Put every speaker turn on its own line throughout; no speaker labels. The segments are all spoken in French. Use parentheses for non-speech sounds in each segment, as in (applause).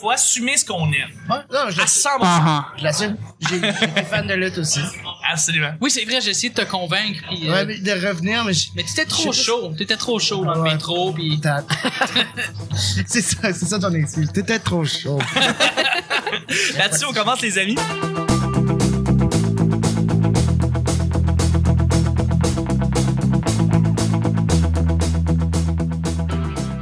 faut assumer ce qu'on aime.
Ouais, non, je
À
l'assume.
100
Ah,
Je l'assume. J'ai- J'étais fan de lutte aussi.
Absolument.
Oui, c'est vrai, j'ai essayé de te convaincre. puis, euh,
Ouais,
mais...
mais de revenir, mais je-
tu étais trop
Je sais
chaud. Tu étais trop chaud dans le
Ouais.
métro. Puis...
T'as- (laughs) c'est ça, c'est ça ton excuse. T'étais trop chaud.
Là-dessus, on commence, les amis.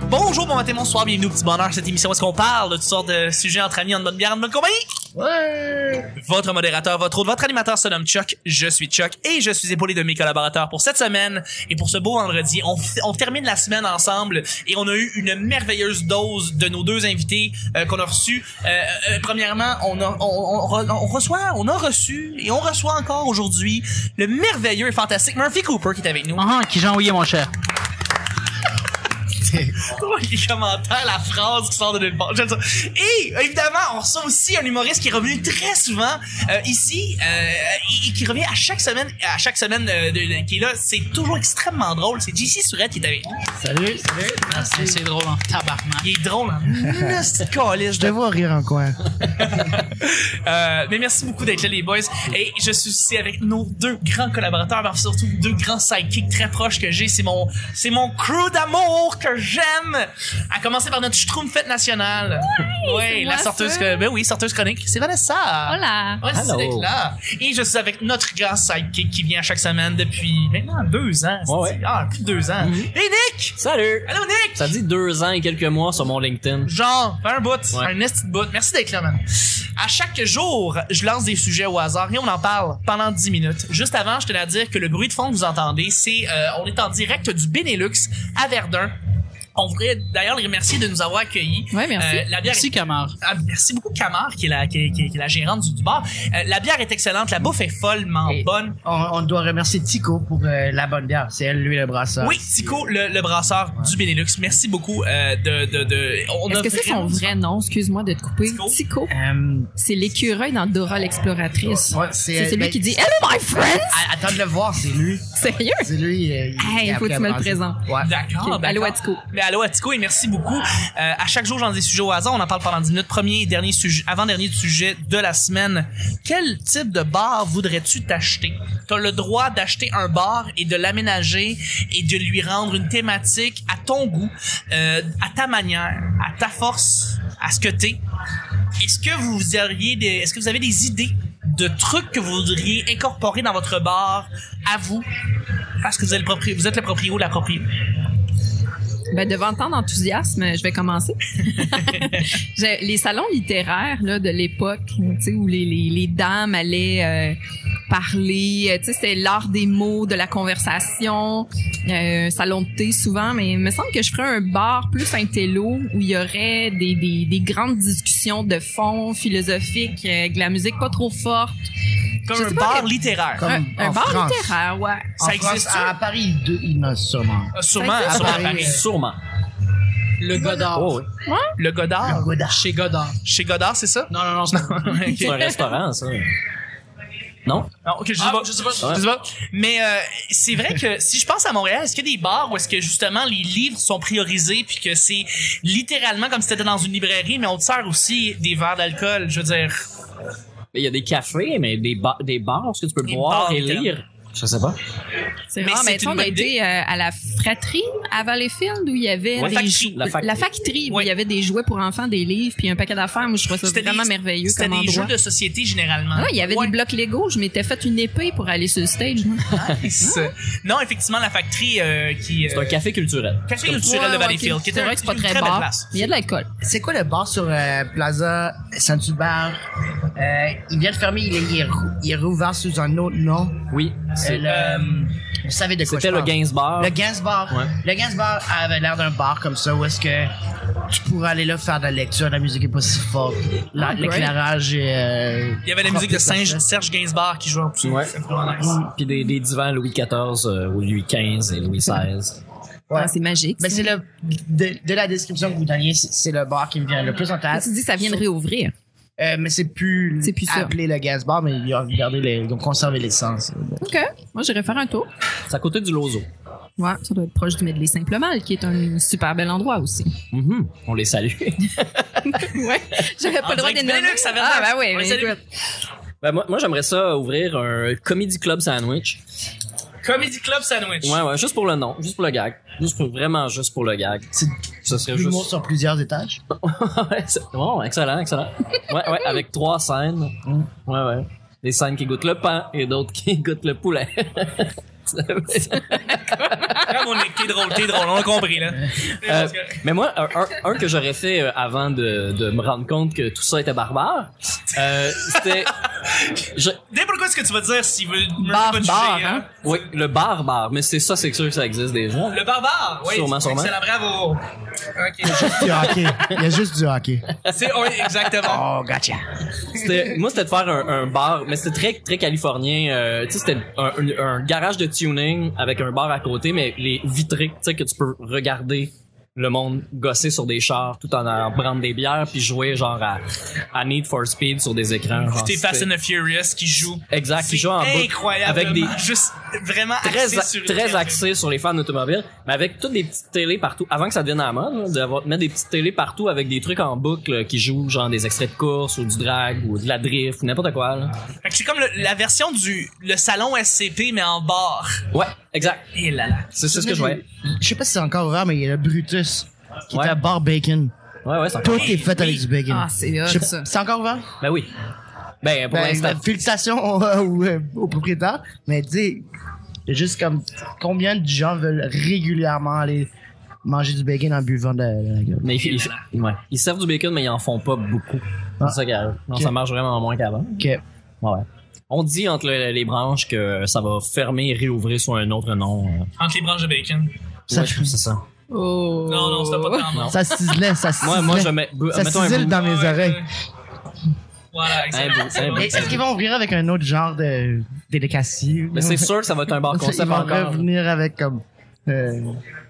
Bonjour, bon matin, bonsoir, bienvenue au Petit Bonheur, cette émission où est-ce qu'on parle de toutes sortes de sujets entre amis, en bonne bière, en bonne compagnie.
Ouais.
Votre modérateur, votre autre, votre animateur se nomme Chuck, je suis Chuck et je suis épaulé de mes collaborateurs pour cette semaine et pour ce beau vendredi. On, fi- on termine la semaine ensemble et on a eu une merveilleuse dose de nos deux invités euh, qu'on a reçus. Euh, euh, premièrement, on, a- on- on- on re- on reçoit, on a reçu et on reçoit encore aujourd'hui le merveilleux et fantastique Murphy Cooper qui est avec nous.
Ah, qui j'ai envoyé, mon cher.
les commentaires, la phrase qui sort de nulle part. J'aime ça. Et évidemment, on reçoit aussi un humoriste qui est revenu très souvent euh, ici euh, et et qui revient à chaque semaine, à chaque semaine euh, de- de- qui est là. C'est toujours extrêmement drôle. C'est JC Surette qui est avec nous.
Salut. Salut.
Ah, c'est c'est drôle, hein. tabarnak.
Il est drôle, hein? Nasty calice
Je
de-
te vois rire en coin.
Euh, mais merci beaucoup d'être là, les boys. Et je suis aussi avec nos deux grands collaborateurs, mais surtout deux grands sidekicks très proches que j'ai. C'est mon, c'est mon crew d'amour que j'aime. À commencer par notre Schtroumpfette nationale.
c'est
la
moi,
sorteuse,
ça.
que- ben oui, sorteuse chronique. C'est Vanessa.
Voilà.
Merci
Hello.
d'être là. Et je suis avec notre grand sidekick qui vient à chaque semaine depuis maintenant deux ans. c'est-tu?
Ouais, ouais.
Ah, plus de deux ans. Et Nick!
Salut!
Allô, Nick!
Ça dit deux ans et quelques mois sur mon LinkedIn.
Genre, fais un bout,
Ouais.
un nest de bout. Merci d'être là, man. À chaque jour, je lance des sujets au hasard et on en parle pendant 10 minutes. Juste avant, je tenais à dire que le bruit de fond que vous entendez, c'est euh, on est en direct du Benelux à Verdun. On voudrait d'ailleurs les remercier de nous avoir accueillis. Euh,
Ouais, merci.
la bière
Merci, Camar.
ah, merci beaucoup, Camar, qui est la, qui est- qui est- qui est la gérante du, du bar. Euh, la bière est excellente, la bouffe est follement
Et-
bonne.
On, on doit remercier Tico pour euh, la bonne bière. C'est elle, lui, le brasseur.
Oui, Tico, le, le brasseur du Benelux, merci beaucoup euh, de, de, de- on
Est-ce
a
que c'est
vraiment-
son vrai nom? Excuse-moi de te couper.
Tico. Oh.
Tico.
Euh,
C'est l'écureuil dans Dora l'exploratrice.
ouais, c'est
C'est
euh,
celui
ben,
qui dit Hello, my
Ah,
friends!
à- Attends de le voir, c'est lui.
Sérieux?
C'est lui. euh, il-
Hey,
il a
faut que
appris
tu
à
me le
brasser.
présentes.
Ouais.
D'accord,
Ok, allô,
d'accord.
à Tico.
Mais allô à Tico et merci beaucoup. Euh, à chaque jour, j'en ai des sujets au hasard. On en parle pendant 10 minutes. Premier et dernier sujet, avant-dernier sujet de la semaine. Quel type de bar voudrais-tu t'acheter? T'as le droit d'acheter un bar et de l'aménager et de lui rendre une thématique à ton goût, euh, à ta manière, à ta force, à ce que t'es. Est-ce que vous auriez des, est-ce que vous avez des idées de trucs que vous voudriez incorporer dans votre bar à vous? Parce que vous êtes le proprio, vous êtes le proprio ou la proprio.
Ben, devant tant d'enthousiasme, je vais commencer. J'ai- les salons littéraires là, de l'époque, tu sais, où les, les, les dames allaient euh, parler, euh, tu sais, c'était l'art des mots, de la conversation, euh, salon de thé souvent, mais il me semble que je ferais un bar plus un télo où il y aurait des, des, des grandes discussions de fond philosophiques, euh, avec de la musique pas trop forte.
Comme
Je
un
sais pas,
bar
mais-
littéraire.
Comme
un un
en
bar
France.
littéraire, ouais.
Ça
En
existe-tu?
France, à, à Paris, deux, il en a sûrement.
Euh, Sûrement,
Ça existe
sûrement
à
à
Paris.
Paris.
Ben, Sûrement.
Le
Ah.
Godard.
Oh, oui.
Le Godard.
Godard.
Chez Godard.
Chez Godard, c'est ça?
Non, non, non. c'est-
(laughs) Ok.
C'est un restaurant, ça. Non?
Non, ok, je sais
Ah,
pas.
je sais pas.
Je sais pas. Mais euh, c'est vrai que si je pense à Montréal, est-ce qu'il y a des bars où est-ce que justement les livres sont priorisés puis que c'est littéralement comme si t'étais dans une librairie, mais on te sert aussi des verres d'alcool, je veux dire.
Mais Il y a des cafés, mais des, ba- des bars, est-ce que tu peux
Des
boire
bars,
et
littéralement.
lire? Je sais pas.
C'est
Mais
rare,
c'est
mais tu sais,
une
on a
bonne idée.
été euh, à la fratrie à Valleyfield où il y avait
Ouais,
des
factory,
jou-
la factory.
la factory où
Ouais.
il y avait des jouets pour enfants, des livres, puis un paquet d'affaires. Moi, je trouvais ça
C'était
vraiment
des-
merveilleux
C'était
comme
des jeux
endroit.
de société généralement.
Ah ouais, il y avait
Ouais.
des blocs Lego. Je m'étais fait une épée pour aller sur le
(laughs)
stage. moi.
Nice. (laughs) Non, effectivement, la factory euh, qui.
C'est un
euh,
café culturel.
Café
Ouais,
culturel
ouais,
de Valleyfield,
Ah, ok.
qui était
C'est vrai
un-
que c'est pas
une
très
très belle
bar,
place.
mais il y a de l'alcool.
C'est quoi le bar sur euh, Plaza Saint-Hubert? Euh, il vient de fermer, il est, il, est rou- il est rouvert sous un autre nom.
Oui.
Euh,
c'est-
le- vous savez de quoi
C'était
je
le
parle.
Gainsbar.
Le Gainsbar.
Ouais.
Le Gainsbar avait l'air d'un bar comme ça où est-ce que tu pourrais aller là faire de la lecture, la musique est pas si forte. La-
Ah, great.
L'éclairage est. euh,
Il y avait la
propre
musique de
et
Singe-
parfait.
Serge Gainsbourg qui jouait en plus.
Ouais.
C'est vraiment nice.
Puis des, des divans Louis XIV euh, ou Louis XV et Louis XVI.
Ouais.
Ah, c'est magique.
Ben,
Mais c'est le. De, de la description que vous donniez, c'est c'est le bar qui me vient le plus en
Ah,
tête.
tu dis ça vient de réouvrir.
Euh, mais c'est plus,
C'est plus ça.
appelé le Gainsbar, mais ils ont, gardé les, ils ont conservé l'essence.
OK. Moi, j'irai faire un tour.
C'est à côté du Lozo.
Ouais, ça doit être proche du Medley Saint-Plemal, qui est un super bel endroit aussi. (laughs)
Mhm. On les salue. (laughs)
ouais, j'avais
En
pas le droit
direct
d'être
du Benelux, ça vient de
Ah,
là.
bah ouais,
On les
mais
salue.
écoute.
Ben, moi, moi, j'aimerais ça ouvrir un comedy club sandwich.
Comedy Club Sandwich.
Ouais, ouais, juste pour le nom, juste pour le gag. Juste pour- vraiment juste pour le gag.
C'est
Ça serait
l'humour
juste.
sur plusieurs étages.
(laughs) Ouais, c'est- bon, excellent, excellent. Ouais, ouais, avec trois scènes. Ouais, ouais. Des scènes qui goûtent le pain et d'autres qui (laughs) goûtent le poulet.
Ah, mon mec, t'es drôle, t'es drôle, on a compris, là.
Euh, mais moi, un, un- un que j'aurais fait euh, avant de, de me rendre compte que tout ça était barbare, euh, c'était. je-
Dès pourquoi ce que tu vas dire s'il veut me
Barbare,
pas juger,
hein?
oui, le barbare, mais c'est ça, c'est sûr que ça existe déjà.
Le barbare, oui.
Sûrement, sûrement.
Excellent, bravo. OK.
Du hockey. Il y a juste du hockey.
C'est, oui, exactement.
Ah,
Oh, gotcha.
C'était- moi, c'était de faire un, un bar, mais c'était très, très californien. euh, tu sais, c'était un, un- un garage de tuning avec un bar à côté, mais les vitrées, tu sais, que tu peux regarder le monde gosser sur des chars tout en allant prendre des bières puis jouer genre à, à Need for Speed sur des écrans. genre,
T'es Fast
c'était-
and the Furious qui joue.
Exact, qui joue en boucle
incroyable.
avec des
Juste vraiment
très,
axé sur
très axé sur les fans d'automobile, mais avec toutes des petites télés partout, avant que ça devienne à la mode, là, d'avoir- de mettre des petites télés partout avec des trucs en boucle là, qui jouent genre des extraits de course ou du drag ou de la drift ou n'importe quoi. là.
Fait que c'est comme le- la version du le salon SCP, mais en bar.
Ouais, exact.
Et Eh là là.
C'est c'est ce que je voyais.
Je sais pas si c'est encore ouvert, mais il y a le Brutus qui
Ouais.
est à Bar Bacon.
Ouais, ouais, ça.
Tout est fait
Oui.
avec du bacon.
Ah, c'est hot,
Je sais-
ça.
C'est encore ouvert?
Ben oui. Ben pour
Ben,
l'instant.
ben, félicitations euh, au, euh, au propriétaire, mais dis, il y a juste comme combien de gens veulent régulièrement aller manger du bacon en buvant de la, de la gueule?
Mais ils, ils- ouais. Ils servent du bacon, mais ils en font pas beaucoup.
Ah.
C'est ça qui arrive. Non,
Ok.
ça marche vraiment moins qu'avant.
Ok.
Ouais. On dit entre le- les branches que ça va fermer et réouvrir sur un autre nom. euh.
Entre les branches de bacon.
Ça,
Ouais,
je-
c'est ça.
Oh.
Non, non, c'était pas tant bon.
Non.
Ça ciselait, ça ciselait.
Moi, moi, je mets.
ça
mettons un
sizzle
bout-
dans Ah, mes
Ouais,
oreilles.
ouais. Voilà,
un bout-
exactement.
un bout-
Et Est-ce qu'ils vont ouvrir avec un autre genre de délicatie?
Mais Ben, c'est sûr que ça va être
(laughs)
un bar
Ils
concept
vont
encore.
revenir avec comme euh,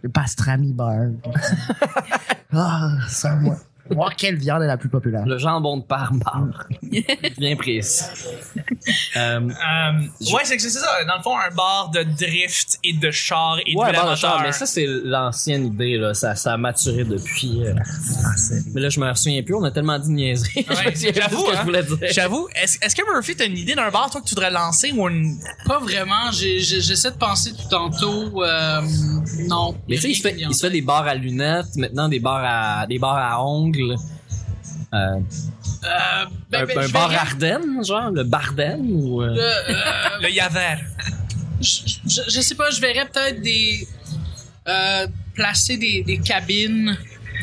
le pastrami
(laughs)
beurre. Ah, ça, moi. Voir quelle viande est la plus populaire.
Le jambon de
(laughs)
Parme bar. Bien précis. Euh,
Euh, ouais, c'est c'est ça. Dans le fond, un bar de drift et de char et
ouais,
de
bar de char,
moteur.
mais ça, c'est l'ancienne idée, là. Ça, ça a maturé depuis. euh, Mais là, je me souviens plus, on a tellement dit niaiseries. (laughs) Je me
Ouais,
souviens plus
j'avoue,
ce que
hein.
je voulais dire.
J'avoue, est-ce est-ce que Murphy, t'as une idée d'un bar, toi, que tu voudrais lancer ou une.
Pas vraiment. j'ai- j'ai- J'essaie de penser tout tantôt. euh, non.
Mais tu sais, il se fait,
Rien
il se fait des bars à lunettes, maintenant des bars à, des bars à ongles. Euh,
Euh, ben,
un
ben,
un
je
bar
verrais-
Ardennes, genre, le Barden ou. euh,
Euh, euh,
Le Yaver.
je, je, je sais pas, je verrais peut-être des. euh, placer des, des cabines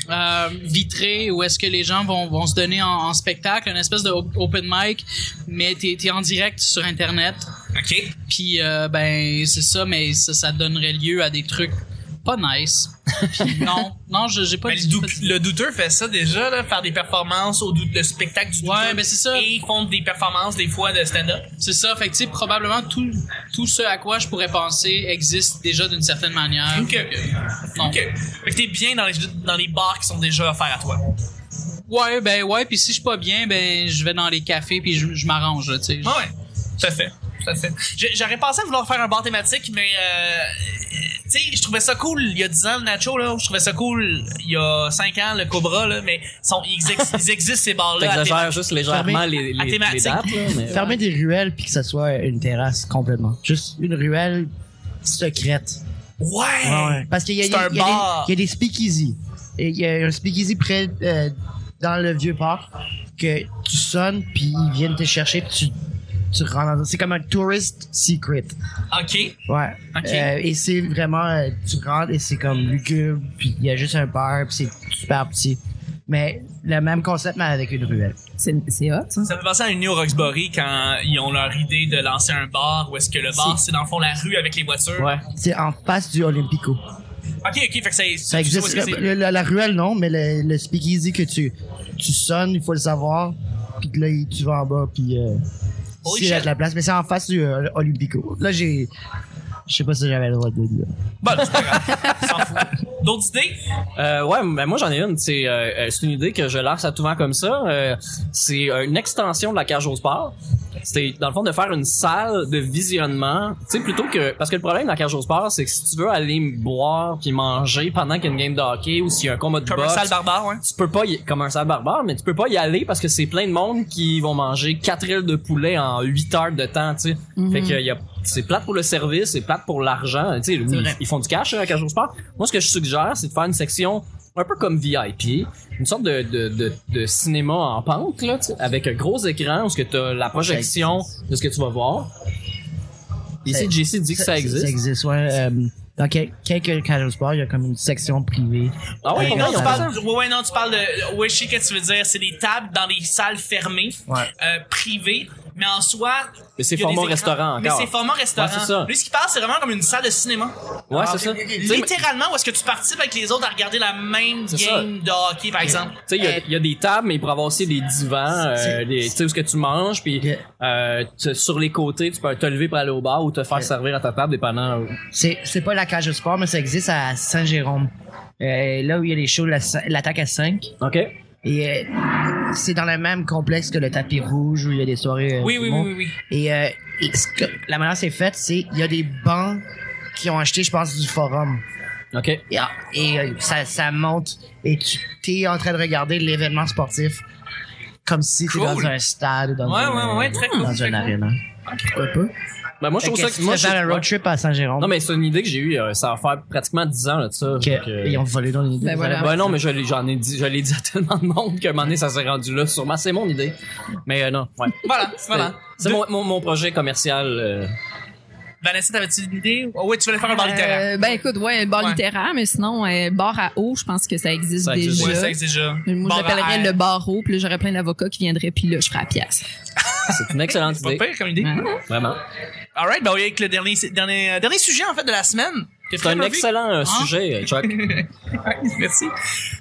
euh, vitrées où est-ce que les gens vont, vont se donner en, en spectacle, une espèce de op- open mic, mais t'es t'es en direct sur Internet.
OK.
Puis, euh, ben, c'est ça, mais ça, ça donnerait lieu à des trucs pas nice. Puis non, non, je- j'ai pas
Mais
du
Ben, le,
tout
dou-
fait-
le douteur fait ça déjà, là, faire des performances au dou- le spectacle du douteur.
Ouais, mais c'est ça.
Et ils font des performances des fois de stand-up.
C'est ça, fait que tu sais, probablement tout, tout ce à quoi je pourrais penser existe déjà d'une certaine manière.
Ok.
Non.
Ok. Fait que t'es bien dans les, dans les bars qui sont déjà offerts à toi.
Ouais, ben ouais, puis si je suis pas bien, ben je vais dans les cafés puis je, je m'arrange, là, tu sais.
Ah ouais, tout à fait. Tout à fait. J'ai- J'aurais pensé à vouloir faire un bar thématique, mais euh, tu sais, je trouvais ça cool il y a 10 ans le Nacho là, je trouvais ça cool il y a 5 ans le Cobra là, mais ils sont, ils, ex- ils existent ces bars là.
T'exagères juste légèrement les, les,
à
les
thématique.
dates, là, mais-
(laughs)
Fermer des ruelles puis que ça soit une terrasse complètement. Juste une ruelle secrète.
Ouais.
Parce qu'il y a,
C'est
il y a-
un
il y a des-
bar.
il y a des speakeasy. Et il y a un speakeasy près euh, dans le vieux port que tu sonnes puis ils viennent te chercher puis tu tu rentres dans- c'est comme un tourist secret
OK.
ouais
Ok.
Euh, et c'est vraiment euh, tu rentres et c'est comme lugubre puis il y a juste un bar puis c'est super petit mais le même concept mais avec une ruelle
C'est c'est hot, ça.
Ça me fait penser à Union Roxbury quand ils ont leur idée de lancer un bar où est-ce que le bar c'est dans le fond la rue avec les voitures.
Ouais.
c'est en face du Olympico
OK, OK, fait que ça,
Ça existe. Le- la, la ruelle, non, mais le, le speakeasy que tu, tu sonnes, il faut le savoir. Puis que là, il- tu vas en bas, puis euh,
Holy
c'est là
shit.
de la place. Mais c'est en face du euh, Olympico. Là, j'ai. Je sais pas si j'avais le droit de le dire.
Bon, c'est pas grave. On s'en fout. D'autres idées
Euh, ouais, ben moi j'en ai une. C'est euh, euh, c'est une idée que je lance à tout vent comme ça. Euh, c'est une extension de la cage au sport. c'est dans le fond de faire une salle de visionnement, tu sais plutôt que parce que le problème dans Cage au sport, c'est que si tu veux aller boire puis manger pendant qu'il y a une game de hockey ou s'il y a un combat de
Comme un
boxe,
sale barbare, ouais.
tu peux pas y, comme un sale barbare, mais tu peux pas y aller parce que c'est plein de monde qui vont manger quatre ailes de poulet en 8 heures de temps, tu sais. Fait que y a- c'est plate pour le service, c'est plate pour l'argent, tu sais, oui,
vrai.
ils, ils font du cash hein, à Cajou Sport. Moi, ce que je suggère, c'est de faire une section un peu comme VIP, une sorte de, de, de, de cinéma en pente, là, tu sais, avec un gros écran où ce que t'as la projection de ce que tu vas voir. Ici,
Ça-
JC dit que ça existe.
Ça existe, ouais. euh, dans quel- quelques casual sports, il y a comme une section privée.
Ah ouais,
Avec
pour
Non,
un
vrai, ils ont
tu
salon.
pas-
parles, ouais, ouais, non, tu parles de. Ouais, je sais que tu veux dire. C'est des tables dans des salles fermées,
Ouais.
euh, privées. Mais en soi.
Mais c'est
il y a des
format
écrans-
restaurant
Mais
encore.
c'est format restaurant.
Ouais, c'est ça.
Lui, ce qu'il parle, c'est vraiment comme une salle de cinéma.
Ouais, c'est ça.
ok, ok,
Tu sais, mais-
Littéralement, où est-ce que tu participes avec les autres à regarder la même game
C'est ça.
de hockey, par exemple?
Tu sais, il y a- il y, a des tables, mais il pourrait avoir aussi des divans, euh,
Euh, C'est-
des- tu sais, où ce que tu manges, puis
Yeah.
euh, tu- sur les côtés, tu peux te lever pour aller au bar ou te faire servir à ta table, dépendant. où.
C'est, c'est pas la cage au sport, mais ça existe à Saint-Jérôme. Euh, là où il y a les shows, la- l'attaque à 5.
OK?
Et euh, c'est dans le même complexe que le tapis rouge où il y a des soirées. euh,
Oui,
tout
oui,
le
oui,
monde.
oui, oui.
Et, euh, et ce que- la manière c'est faite, c'est il y a des bancs qui ont acheté, je pense, du forum.
OK.
Et, ah, et, euh, ça, ça monte et tu t'es en train de regarder l'événement sportif comme si tu
Cool.
dans un stade ou dans
Ouais,
un,
ouais, ouais, très cool,
dans
très
un
cool.
arena. Pourquoi pas?
Ben, moi, je
Fait
trouve
que
ça
si
que.
tu
Moi,
fais
je-
faire un road trip à Saint-Jérôme.
Non, mais c'est une idée que j'ai eue, euh, ça va faire pratiquement 10 ans, là, de ça.
que-
Fait que-
Ils ont volé dans une idée.
Ben voilà.
Ben non, mais je l'ai- j'en ai dit, je l'ai dit à (laughs) tellement de monde qu'à un moment donné, ça s'est rendu là. Sûrement, c'est mon idée. Mais euh, non,
(laughs)
ouais.
Voilà, voilà.
C'est mon, mon, mon projet commercial. euh,
Vanessa, t'avais-tu une idée? Oh, oui, tu voulais faire un bar littéraire.
Euh, ben écoute, ouais, bar
Ouais.
littéraire, mais sinon, euh, bar à eau, je pense que ça existe
Ça existe.
Euh, déjà.
Ouais, ça existe déjà.
Moi,
Bar
je l'appellerais
à-
le bar eau, puis là, j'aurais plein d'avocats qui viendraient, puis là, je ferais la pièce.
c'est une excellente
C'est pas
idée.
pire comme idée.
Vraiment.
Alright, ben oui, avec le dernier, dernier, euh, dernier sujet, en fait, de la semaine. que
C'est un
Fred Murphy-
excellent
Hein?
euh, sujet, euh,
(laughs)
Chuck.
(laughs) Merci.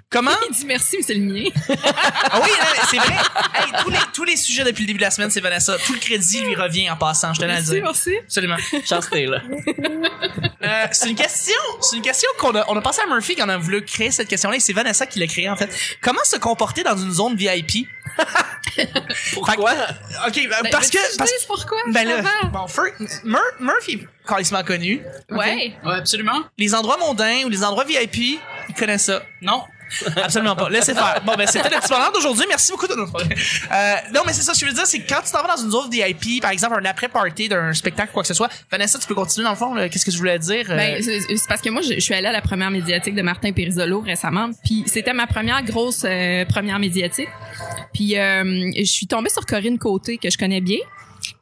Comment?
Il dit merci, mais c'est le mien.
Ah oui, hein, c'est vrai. Hey, tous, les, tous les sujets depuis le début de la semaine, c'est Vanessa. Tout le crédit lui revient en passant, je tenais à le
merci,
dire.
merci.
Absolument.
Chance, t'es là.
Euh, c'est une question, c'est une question qu'on a, on a passé à Murphy quand on a voulu créer cette question-là et c'est Vanessa qui l'a créée en fait. Comment se comporter dans une zone VIP?
Pourquoi?
Ok, ben, parce
Ben,
que,
tu
parce
sais pourquoi?
ben là,
ça va.
bon, Fur- Mur- Murphy, est carrément connu.
Ouais.
Ouais, absolument.
Les endroits mondains ou les endroits VIP, ils connaissent ça.
Non.
Absolument pas. Laissez faire. Bon, ben, c'était le petit moment d'aujourd'hui. Merci beaucoup de notre. Euh, non, mais c'est ça, ce que je veux dire, c'est que quand tu t'en vas dans une zone VIP, par exemple, un après-party d'un spectacle, quoi que ce soit, Vanessa, tu peux continuer dans le fond, là. Qu'est-ce que je voulais dire? euh,
Ben, c'est c'est parce que moi, je, je suis allée à la première médiatique de Martin Perisolo récemment, puis c'était ma première grosse euh, première médiatique. Puis euh, je suis tombée sur Corinne Côté, que je connais bien.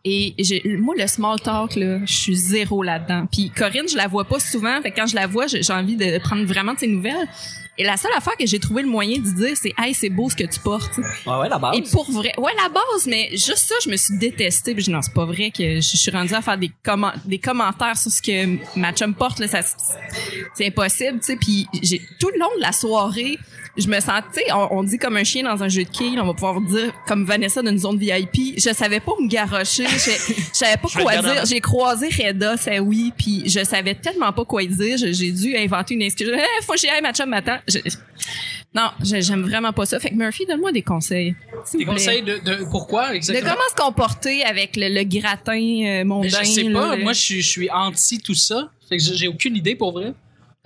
Et j'ai- moi, le small talk, là, je suis zéro là-dedans. Puis Corinne, je la vois pas souvent. Fait que quand je la vois, j'ai j'ai envie de prendre vraiment de ses nouvelles. Et la seule affaire que j'ai trouvé le moyen de dire, c'est « Hey, c'est beau ce que tu portes. »
Ouais, ouais, la base.
Et pour vrai, ouais, la base, mais juste ça, je me suis détestée. Puis je dis, non, c'est pas vrai que je suis rendue à faire des, comment- des commentaires sur ce que ma chum porte. Là, ça, c'est impossible, tu sais. Puis j'ai tout le long de la soirée, je me sens, tu sais, on, on dit comme un chien dans un jeu de quilles, on va pouvoir dire comme Vanessa d'une zone VIP. Je savais pas où me garrocher, je, je savais pas
Je vais
quoi
le garder
dire.
en-
J'ai croisé Reda, c'est oui, puis je savais tellement pas quoi dire. Je- J'ai dû inventer une excuse. Eh, faut que j'y aille, ma chum m'attend. Je- Non, je- j'aime vraiment pas ça. Fait que Murphy, donne-moi des conseils. s'il
Des
vous plaît.
conseils de, de pourquoi
De
exactement?
comment se comporter avec le, le gratin euh, mondain.
je sais pas.
là, le-
Moi, je suis, je suis anti tout ça. Fait que j'ai j'ai aucune idée pour vrai.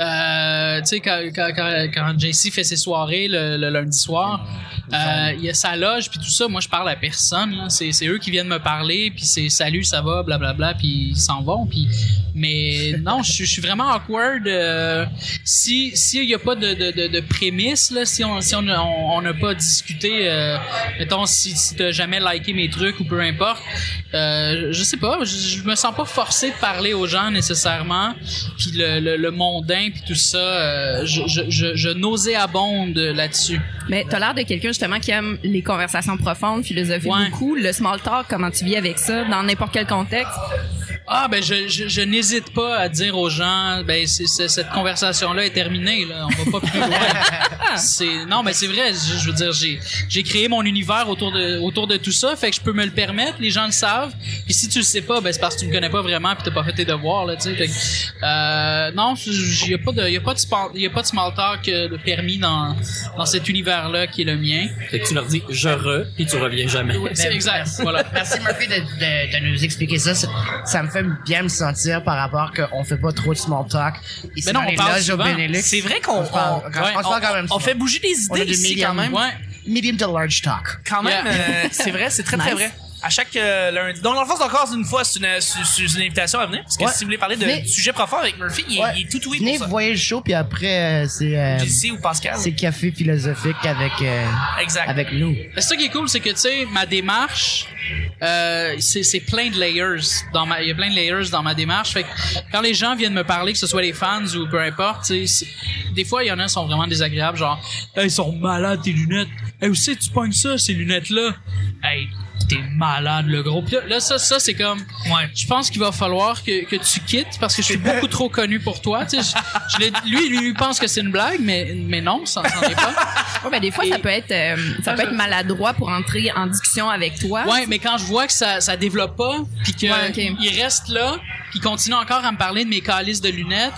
Euh, tu sais, quand, quand, quand, quand JC fait ses soirées le, le lundi soir, euh, il y a sa loge, puis tout ça. Moi, je parle à personne. là. C'est c'est eux qui viennent me parler, puis c'est salut, ça va, blablabla, puis ils s'en vont. Puis... Mais non, je, suis- je suis vraiment awkward. euh, si S'il n'y a pas de, de, de, de prémisse, là, si on si on n'a on, on n'a pas discuté, euh, mettons, si, si tu jamais liké mes trucs ou peu importe, euh, je sais pas, je, je me sens pas forcé de parler aux gens nécessairement. Puis le, le, le mondain, puis tout ça, euh, je, je, je, je nauséabonde là-dessus.
Mais t'as l'air de quelqu'un justement qui aime les conversations profondes, philosophie
Ouais.
beaucoup, le small talk, comment tu vis avec ça dans n'importe quel contexte.
Ah, ben, je, je, je n'hésite pas à dire aux gens, ben, c'est- c'est- cette conversation-là est terminée, là. On va pas plus loin. (laughs)
Ah!
C'est non, mais c'est vrai. Je, je veux dire, j'ai j'ai créé mon univers autour de autour de tout ça, fait que je peux me le permettre. Les gens le savent. Puis si tu le sais pas, ben c'est parce que tu me connais pas vraiment, puis t'as pas fait tes devoirs là, tu sais. Fait que, euh, non, il y a pas de y a pas de span- y a pas de small talk euh, de permis dans dans cet univers là qui est le mien.
Fait que tu leur dis je re, puis tu reviens jamais. (laughs)
C'est exact. (laughs) Voilà.
Merci Murphy de, de- de nous expliquer ça. Ça- Ça me fait bien me sentir par rapport qu'on fait pas trop de small talk. Ici,
Mais non,
dans
on
les
parle
loges au
souvent.
Benelux.
C'est vrai qu'on
On se parle,
on-
on se parle
ouais,
quand même
on- on
souvent.
fait bouger des
On a
idées
des
ici
millions.
quand même.
Ouais.
Medium to large talk.
Quand même,
Yeah.
euh, c'est vrai, c'est très très
Nice.
vrai. À chaque euh, lundi. Donc, dans le fond, c'est encore une fois, c'est une, c'est- c'est une invitation à venir. Parce que
Ouais.
si vous voulez parler de
Venez.
sujets sujet profond avec Murphy, il, est-
Ouais.
il est tout oui
Venez
pour ça.
voyez le show, puis après, euh, c'est euh,
JC ou Pascal.
c'est café philosophique avec, euh,
Exact.
avec nous.
Mais ça qui est cool, c'est que, tu sais, ma démarche, euh, c'est c'est plein de layers. dans ma- Il y a plein de layers dans ma démarche. Fait que quand les gens viennent me parler, que ce soit les fans ou peu importe, tu sais, c'est- des fois, il y en a qui sont vraiment désagréables, genre, « Hey, ils sont malades, tes lunettes. Hey, où c'est que tu pognes ça, ces lunettes-là? Hey, t'es malade, le gros. » Puis là, là, ça, ça c'est comme...
Ouais.
Je pense qu'il va falloir que, que tu quittes parce que je suis beaucoup trop connu pour toi. Tu sais, je- je l'ai- lui, lui, il pense que c'est une blague, mais, mais non, ça n'en est pas.
Ouais, ben, des fois, ça peut être, euh, ça peut être maladroit pour entrer en discussion avec toi.
Ah, Ouais, mais quand je vois que ça ça développe pas, puis que
Ouais, ok.
ils restent là, puis ils continuent encore à me parler de mes calices de lunettes,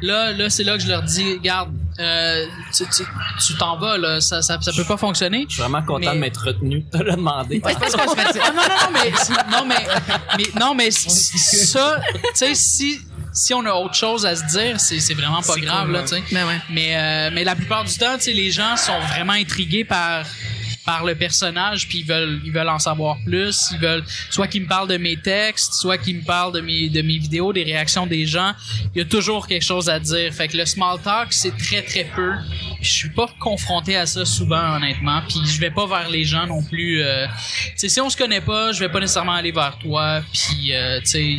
là là c'est là que je leur dis regarde, euh, tu tu- tu t'en vas là, ça, ça ça peut pas fonctionner.
Je suis vraiment content
Mais-
de m'être retenu, de le demander.
Ouais, c'est parce que je me dis, Ah, non, non, non, mais, c'est- non, mais, mais- non, mais c- c- ça, tu sais, si, si on a autre chose à se dire, c'est c'est vraiment pas
C'est
grave,
cool,
là,
ouais.
tu sais.
Ben ouais.
Mais, euh, mais la plupart du temps, tu sais, les gens sont vraiment intrigués par par le personnage puis ils veulent ils veulent en savoir plus ils veulent soit qu'ils me parlent de mes textes soit qu'ils me parlent de mes de mes vidéos des réactions des gens il y a toujours quelque chose à dire fait que le small talk c'est très très peu je suis pas confronté à ça souvent honnêtement puis je vais pas vers les gens non plus euh, tu sais si on se connaît pas je vais pas nécessairement aller vers toi puis euh, tu sais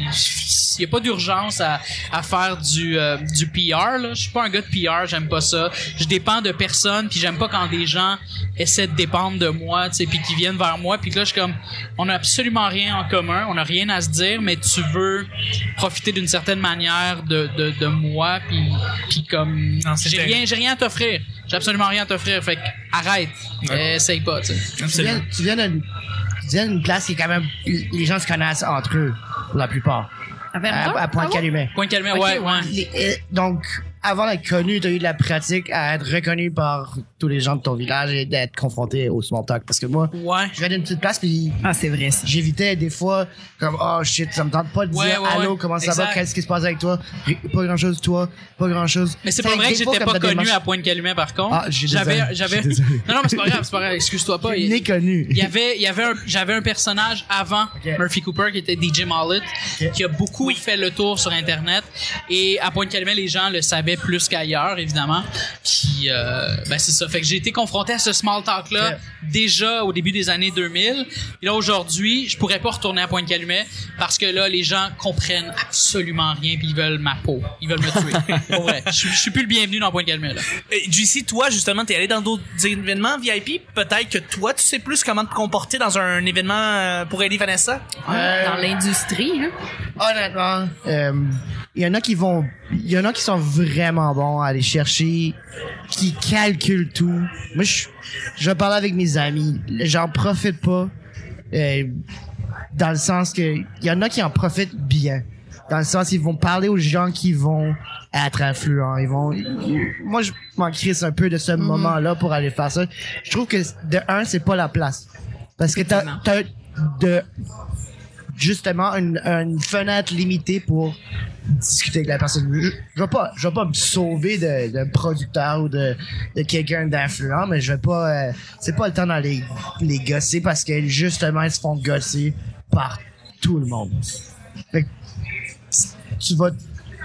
il y a pas d'urgence à, à faire du euh, du PR là je suis pas un gars de PR j'aime pas ça je dépends de personne puis j'aime pas quand des gens essaient de dépendre de moi tu sais puis qui viennent vers moi puis que là je suis comme on a absolument rien en commun on a rien à se dire mais tu veux profiter d'une certaine manière de, de, de moi puis puis comme
Non, c'est
j'ai
terrible.
rien j'ai rien à t'offrir j'ai absolument rien à t'offrir fait que arrête Euh,
Ouais.
essaye pas tu sais
Tu viens,
Absolument.
tu viens d'une tu viens d'une place qui est quand même. Les gens se connaissent entre eux, la plupart.
À
À,
Verdun?
à
Ah ouais?
Pointe-Calumet.
point calmé
Ok,
ouais
ouais.
ouais
Les- euh, Donc, avant d'être connu, tu as eu de la pratique à être reconnu par tous les gens de ton village et d'être confronté au small talk. Parce que moi,
ouais
je viens d'une petite place, puis
Ah, c'est vrai, ça.
j'évitais des fois, comme, oh shit, ça me tente pas de
Ouais,
dire
ouais,
allô,
ouais.
comment ça
Exact.
va, qu'est-ce qui se passe avec toi, Ri- pas grand chose, toi, pas grand chose.
Mais c'est pas vrai que j'étais pas connu à Pointe-Calumet, par contre.
Ah, j'ai
J'avais,
désolé,
j'avais.
j'ai désolé.
Non, non, mais c'est pas grave, c'est pas grave. Excuse-toi pas.
Il
Il,
est connu.
il y avait, il y avait un, j'avais un personnage avant
Ok.
Murphy Cooper qui était DJ Mallet, qui a beaucoup fait le tour sur Internet. Et à Pointe-Calumet, les gens le savaient plus qu'ailleurs, évidemment. Puis, euh, ben c'est ça. Fait que j'ai été confronté à ce small talk-là
Ok.
déjà au début des années 2000. Et là, aujourd'hui, je pourrais pas retourner à Pointe-Calumet parce que là, les gens comprennent absolument rien puis ils veulent ma peau. Ils veulent me
(laughs)
tuer. Pour vrai. Je, suis- je suis plus le bienvenu dans Pointe-Calumet, là.
Et JC, Euh, toi, justement, t'es allé dans d'autres événements VIP. Peut-être que toi, tu sais plus comment te comporter dans un événement euh, pour aider Vanessa.
Euh,
Dans l'industrie, hein. là.
Honnêtement, euh, il y en a qui vont, il y en a qui sont vraiment bons à aller chercher, qui calculent tout. Moi, je, je parle avec mes amis, j'en profite pas, euh, dans le sens que il y en a qui en profitent bien, dans le sens ils vont parler aux gens qui vont être influents, ils vont. Moi, je m'en crisse un peu de ce moment-là pour aller faire ça. Je trouve que de un, c'est pas la place, parce que t'as,
Effectivement.
t'as de justement une, une fenêtre limitée pour discuter avec la personne. Je, je vais pas, je vais pas me sauver de- d'un producteur ou de, de quelqu'un d'influent, mais je vais pas. euh, c'est pas le temps d'aller les gosser parce que justement ils se font gosser par tout le monde. Fait que tu vas,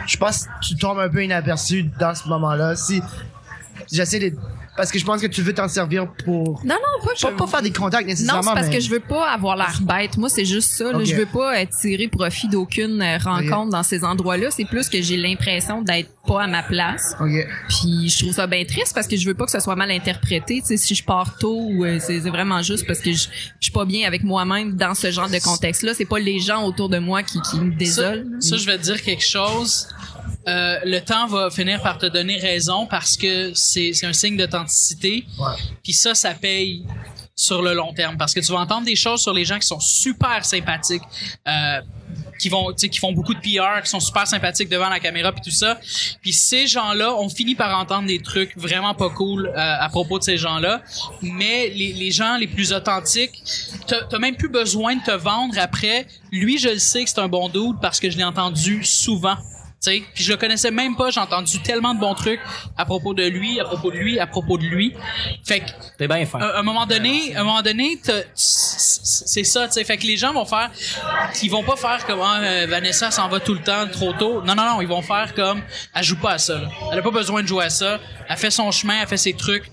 je pense, que tu tombes un peu inaperçu dans ce moment-là. Si j'essaie de, parce que je pense que tu veux t'en servir pour
Non, non, pas,
pas, pas faire des contacts
Non,
nécessairement.
c'est parce
mais-
que je veux pas avoir l'air bête. Moi, c'est juste ça. là.
Ok.
Je veux pas euh, tirer profit d'aucune euh, rencontre dans ces endroits-là. C'est plus que j'ai l'impression d'être pas à ma place.
Ok.
Puis je trouve ça bien triste parce que je veux pas que ça soit mal interprété. Tu sais, si je pars tôt, ou, euh, c'est c'est vraiment juste parce que je, je suis pas bien avec moi-même dans ce genre de contexte-là. C'est pas les gens autour de moi qui, qui me
Ça,
désolent.
ça, je vais te dire quelque chose. euh, le temps va finir par te donner raison parce que c'est c'est un signe d'authenticité.
Ouais.
Puis ça, ça paye sur le long terme parce que tu vas entendre des choses sur les gens qui sont super sympathiques, euh, qui vont, tu sais, qui font beaucoup de PR, qui sont super sympathiques devant la caméra puis tout ça. Puis ces gens-là, on finit par entendre des trucs vraiment pas cool euh, à propos de ces gens-là. Mais les, les gens les plus authentiques, t'as t'as même plus besoin de te vendre après. Lui, je le sais que c'est un bon dude parce que je l'ai entendu souvent. Tu sais, Puis je le connaissais même pas, j'ai entendu tellement de bons trucs à propos de lui, à propos de lui, à propos de lui. Fait que
T'es bien fin.
Ah.
à un moment donné, à un moment donné, t'as- c'est ça, tu sais. Fait que les gens vont faire, ils vont pas faire comme Ah, euh, Vanessa s'en va tout le temps trop tôt. Non, non, non, ils vont faire comme elle joue pas à ça. là. Elle a pas besoin de jouer à ça. Elle fait son chemin, elle fait ses trucs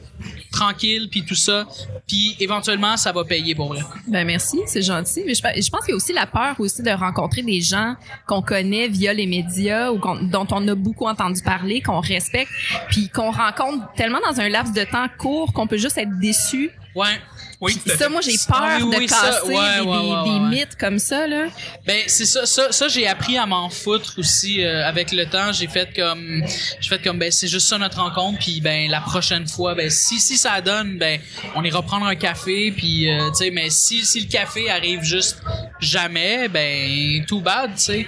tranquille, puis tout ça. Puis éventuellement, ça va payer pour vrai.
Ben merci, c'est gentil. Mais je, pe- je pense qu'il y a aussi la peur aussi de rencontrer des gens qu'on connaît via les médias ou qu'on- dont on a beaucoup entendu parler, qu'on respecte, puis qu'on rencontre tellement dans un laps de temps court qu'on peut juste être déçu.
Ouais.
Oui, tout à
Puis ça, moi, j'ai peur
Ah oui,
de
oui, ça.
casser
Ouais,
des,
ouais,
des-
ouais, ouais,
des
ouais.
mythes comme ça là.
Ben c'est ça, ça, ça j'ai appris à m'en foutre aussi euh, avec le temps. J'ai fait comme, j'ai fait comme ben c'est juste ça notre rencontre. Puis ben la prochaine fois, ben si si ça donne, ben on ira prendre un café. Puis euh, tu sais, mais si si le café arrive juste jamais, ben tout bad, tu sais.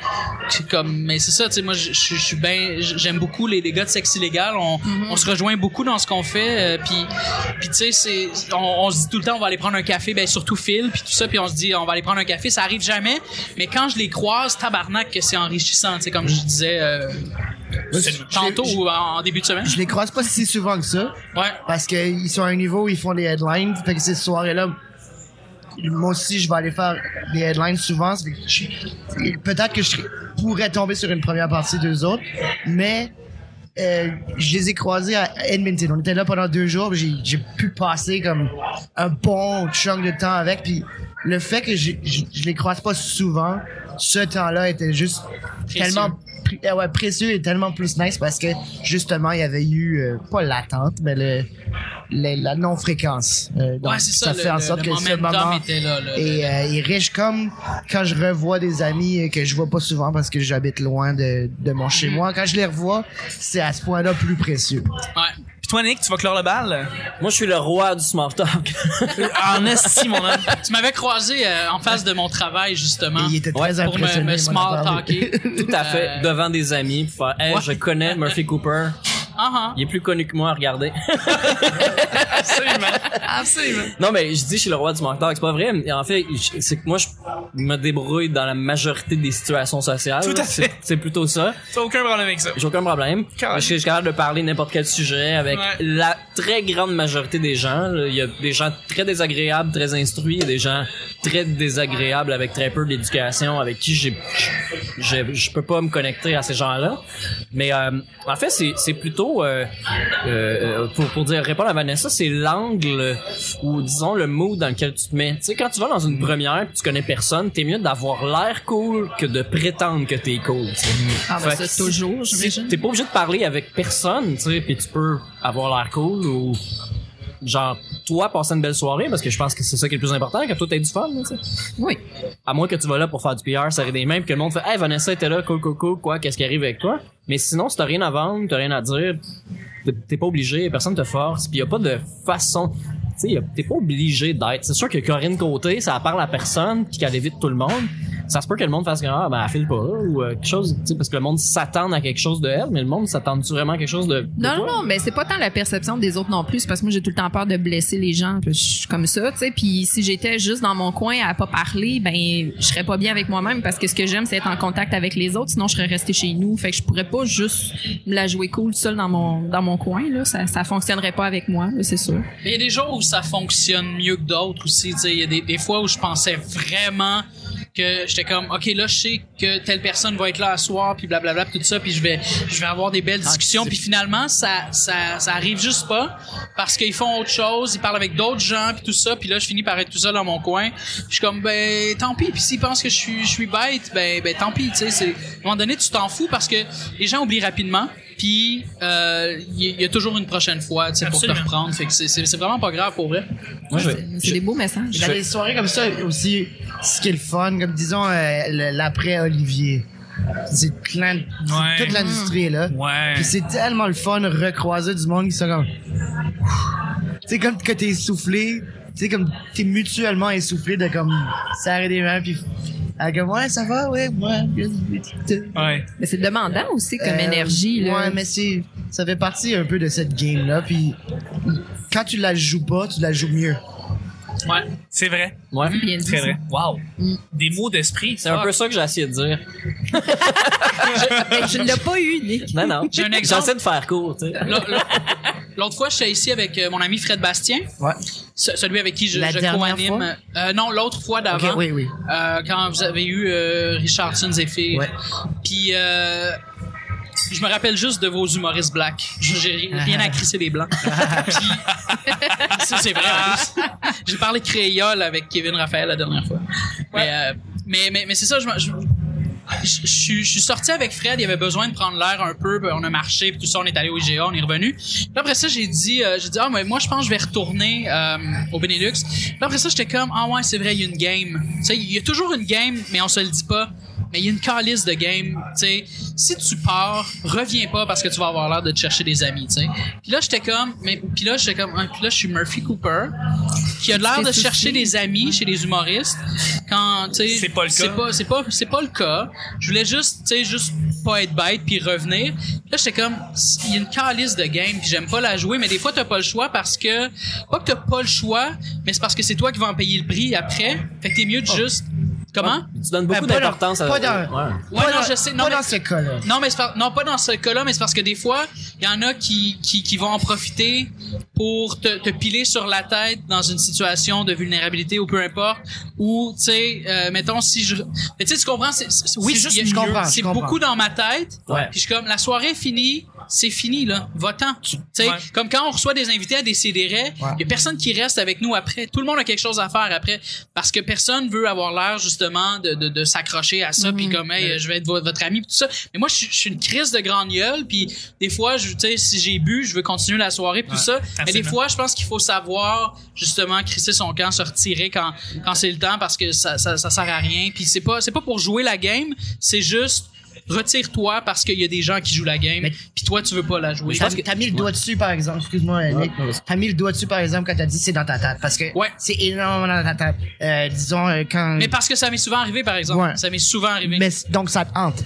C'est Comme mais c'est ça, tu sais moi je je- je suis ben j'aime beaucoup les, les gars de sexe illégal. On, on se rejoint beaucoup dans ce qu'on fait. euh, puis puis tu sais c'est on, on se dit tout le temps on va aller prendre un café, ben surtout Phil puis tout ça. Puis on se dit on va aller prendre un café. Ça arrive jamais. Mais quand je les croise, tabarnak que c'est enrichissant. Tu sais comme je disais euh, tantôt
Je- je-
ou en, en début de semaine.
Je les croise pas si souvent que ça.
Ouais.
Parce qu'ils sont à un niveau où ils font des headlines. Fait que ces soirées-là, moi aussi, je vais aller faire des headlines souvent. Ça fait que je- Peut-être que je pourrais tomber sur une première partie d'eux autres, mais euh, je les ai croisés à Edmonton. On était là pendant deux jours. puis J'ai j'ai pu passer comme un bon chunk de temps avec. Puis le fait que je, je, je les croise pas souvent, ce temps-là était juste
Précieux.
tellement pré- ah ouais, précieux et tellement plus nice parce que justement, il y avait eu, euh, pas l'attente, mais le, le- la non-fréquence. Euh, donc,
Ouais, c'est ça,
ça,
le-
fait en
le-
sorte
le
que ce
momentum
moment
était là, là,
est, euh, est riche comme quand je revois des amis euh, que je vois pas souvent parce que j'habite loin de, de mon
Mhm.
chez moi. Quand je les revois, c'est à ce point-là plus précieux.
Ouais.
Puis toi, Nick, tu vas clore le bal? Euh,
Moi, je suis le roi du small talk.
en
(laughs)
esti, mon homme.
Tu m'avais croisé euh, en face de mon travail
Et
justement.
il était
Ouais,
très
Ah. pour me,
impressionné.
me
moi, d'en
small
parler.
talker.
(laughs)
Tout à
Euh.
fait. Devant des amis pour faire, hey,
Ouais.
je connais Murphy Cooper.
Ah, ah.
Il est plus connu que moi, regardez. (laughs)
Absolument. Absolument.
Non, mais je dis, je suis le roi du small talk. C'est pas vrai. mais En fait, je- c'est que moi, je me débrouille dans la majorité des situations sociales.
Tout à
C'est-
fait.
C'est plutôt ça.
T'as aucun problème avec ça.
J'ai aucun problème.
Quand-
Je suis je suis capable de parler n'importe quel sujet avec
Ouais.
la très grande majorité des gens. là. Il y a des gens très désagréables, très instruits, il y a des gens très désagréables avec très peu d'éducation, avec qui j'ai, je, je- je peux pas me connecter à ces gens-là. Mais euh, en fait, c'est, c'est plutôt, euh, euh, euh, pour, pour dire répondre à Vanessa, c'est l'angle ou disons le mood dans lequel tu te mets. Tu sais, quand tu vas dans une première, puis tu connais personne, t'es mieux d'avoir l'air cool que de prétendre que t'es cool. tu sais.
Ah ben
Fait
ça
que
c'est toujours,
si-
j'imagine.
T'es pas obligé de parler avec personne, tu sais, puis tu peux avoir l'air cool ou genre toi passer une belle soirée parce que je pense que c'est ça qui est le plus important que toi t'aies du fun, là, tu sais.
Oui.
À moins que tu vas là pour faire du PR, serrer des mains, puis que le monde fait "Hey Vanessa était là, cool cool cool, quoi, qu'est-ce qui arrive avec toi Mais sinon, si t'as rien à vendre, t'as rien à dire, t'es- t'es pas obligé, personne te force, puis y a pas de façon tu sais, y a- t'es pas obligé d'être. C'est sûr que Corinne Côté, ça parle à personne, puis qu'elle évite tout le monde. Ça se peut que le monde fasse comme, ah, ben, elle file pas, ou euh, quelque chose, tu sais, parce que le monde s'attend à quelque chose de elle, mais le monde s'attend-tu vraiment à quelque chose de. de toi?
Non, non, non, mais c'est pas tant la perception des autres non plus, c'est parce que moi j'ai tout le temps peur de blesser les gens, puis je suis comme ça, tu sais. Puis si j'étais juste dans mon coin à pas parler, ben je serais pas bien avec moi-même parce que ce que j'aime c'est être en contact avec les autres, sinon je serais restée chez nous. Fait que je pourrais pas juste me la jouer cool seule dans mon dans mon coin là, ça ça fonctionnerait pas avec moi, là, c'est sûr.
Mais il y a des jours où ça fonctionne mieux que d'autres aussi. tu sais. Il y a des, des fois où je pensais vraiment que j'étais comme, OK, là, je sais que telle personne va être là à soir, puis blablabla, puis tout ça, puis je vais, je vais avoir des belles discussions. Puis finalement, ça, ça, ça arrive juste pas parce qu'ils font autre chose, ils parlent avec d'autres gens, puis tout ça. Puis là, je finis par être tout seul dans mon coin. Je suis comme, ben, tant pis. Puis s'ils pensent que je suis, je suis bête, ben, ben, tant pis. Tu sais, c'est- à un moment donné, tu t'en fous parce que les gens oublient rapidement. Puis euh, il y, a- il y a toujours une prochaine fois, tu sais, pour te
Absolument.
reprendre prendre. Fait que c'est- c'est c'est vraiment pas grave pour vrai.
Moi, je,
C'est
je-
c'est des beaux messages.
Dans les soirées comme ça aussi, ce qui est le fun, comme disons euh, le- l'après Olivier. C'est plein de-
Ouais.
toute l'industrie est là.
Ouais.
Puis c'est tellement le fun de recroiser du monde qui sont comme. C'est comme que t'es essoufflé. C'est comme t'es mutuellement essoufflé de comme serrer des mains puis. Ah, comme, ouais, ça va, ouais, ouais.
Ouais.
Mais c'est demandant aussi comme
Euh,
énergie. Là.
Ouais, mais c'est, ça fait partie un peu de cette game-là. Puis quand tu la joues pas, tu la joues mieux.
Ouais.
C'est vrai.
Ouais.
Bien dit,
Très
ça. (laughs)
vrai. Wow. Des mots d'esprit.
C'est un
Ah.
fuck.
peu ça que j'ai essayé de dire.
Hey, tu l'as pas eu, Nick.
Non, non.
J'ai un exemple.
J'essaie de faire court, tu sais.
L'autre- l'autre- L'autre fois, j'étais ici avec euh, mon ami Fred Bastien,
Ouais.
ce- celui avec qui je,
La
je
dernière
co-anime. Euh, non, l'autre fois
Ok,
d'avant.
oui, oui.
Euh, quand vous avez eu euh, Richardson Zephyr.
Ouais.
Puis euh, je me rappelle juste de vos humoristes blacks. Je- J'ai ri- rien à crisser
(laughs)
des blancs. Puis- ça c'est vrai. en plus. J'ai parlé créole avec Kevin Raphaël la dernière fois. Mais, euh, mais mais mais c'est ça. Je, me- je, je- je suis- je suis sorti avec Fred, il avait besoin de prendre l'air un peu, puis on a marché, puis tout ça, on est allé au IGA, on est revenu. Puis après ça, j'ai dit, euh, j'ai dit, ah, mais moi, je pense que je vais retourner euh, au Benelux. Puis après ça, j'étais comme, ah ouais, c'est vrai, il y a une game. Tu sais, il y a toujours une game, mais on se le dit pas. Mais il y a une calice de game, tu sais. Si tu pars, reviens pas parce que tu vas avoir l'air de te chercher des amis, tu sais. Puis là, j'étais comme, mais puis là, j'étais comme, ah, puis là, je suis Murphy Cooper, qui a l'air de
soucis.
chercher des amis chez les humoristes quand, tu sais,
C'est pas le cas.
pas- c'est pas c'est pas le cas. Je voulais juste tu sais juste pas être bête puis revenir. Là j'étais comme il y a une calice de game puis j'aime pas la jouer mais des fois t'as pas le choix parce que pas que t'as pas le choix mais c'est parce que c'est toi qui vas en payer le prix après. Fait que t'es mieux de juste comment
Tu donnes beaucoup
Ben, Oh. pas
d'importance
dans-
à
pas dans-
Ouais.
Ouais,
Pas
non,
dans-
je sais. Non,
pas
mais-
dans ce cas-là.
non, mais c'est par- non, pas dans ce cas-là, mais c'est parce que des fois, il y en a qui, qui, qui vont en profiter pour te, te piler sur la tête dans une situation de vulnérabilité ou peu importe. Ou, tu sais, euh, mettons, si je... Mais tu sais, tu comprends? c'est- c'est- oui,
C'est juste
il y a-
mieux. Je comprends, je
C'est
comprends.
beaucoup dans ma tête.
Ouais.
Puis je suis comme, la soirée est finie, c'est fini, là. Va-t'en. Tu sais,
Ouais.
comme quand on reçoit des invités à décider, il y a personne qui reste avec nous après. Tout le monde a quelque chose à faire après. Parce que personne veut avoir l'air, justement, de, de, de s'accrocher à ça. Puis comme, hey, je vais être vo- votre ami, puis tout ça. Mais moi, je, suis- je suis une crise de grande gueule. Puis des fois, je- tu sais, si j'ai bu, je veux continuer la soirée, puis tout ça. Mais des
absolument.
fois, je pense qu'il faut savoir, justement, crisser son camp, se retirer quand, quand c'est le temps, parce que ça, ça, ça sert à rien. Puis c'est pas, c'est pas pour jouer la game, c'est juste retire-toi parce qu'il y a des gens qui jouent la game,
Mais-
puis toi, tu veux pas la jouer.
je
T'as
pense que-
t'as mis le doigt dessus, par exemple. Excuse-moi, Nick.
non,
T'as mis le doigt dessus, par exemple, quand t'as dit c'est dans ta tête. Parce que
Ouais.
c'est énormément dans ta tête. Euh, disons, euh, quand.
Mais parce que ça m'est souvent arrivé, par exemple.
Ouais.
Ça m'est souvent arrivé.
Mais c- donc, ça te hante.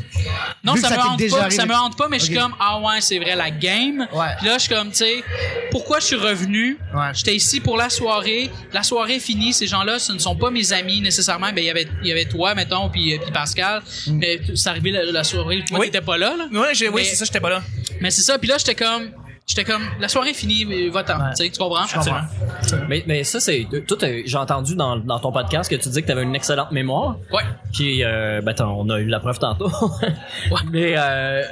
non,
vu
ça,
que ça
me
t'est
hante
déjà
pas, ça
arrivé.
me hante pas, mais je suis
Ok.
comme, ah ouais, c'est vrai, la game.
Ouais.
Puis là, je suis comme, tu sais, pourquoi je suis revenu?
Ouais.
J'étais ici pour la soirée. La soirée est finie. Ces gens-là, ce ne sont pas mes amis nécessairement. Ben, il y avait, il y avait toi, mettons, puis, euh, puis Pascal.
Mm.
Mais t- c'est arrivé la, la soirée. Moi,
Oui.
t'étais pas là, là.
Ouais, j'ai- oui,
Mais-
c'est ça, j'étais pas là.
Mais c'est ça. Puis là, j'étais comme, j'étais comme, la soirée est finie, mais va-t'en.
Ouais.
Tu sais, tu comprends?
Je comprends.
Mais, mais ça, c'est. Tout, euh, j'ai entendu dans, dans ton podcast que tu dis que tu avais une excellente mémoire.
Ouais.
Puis, euh, ben, t'en- on a eu la preuve tantôt. (laughs) Mais, euh,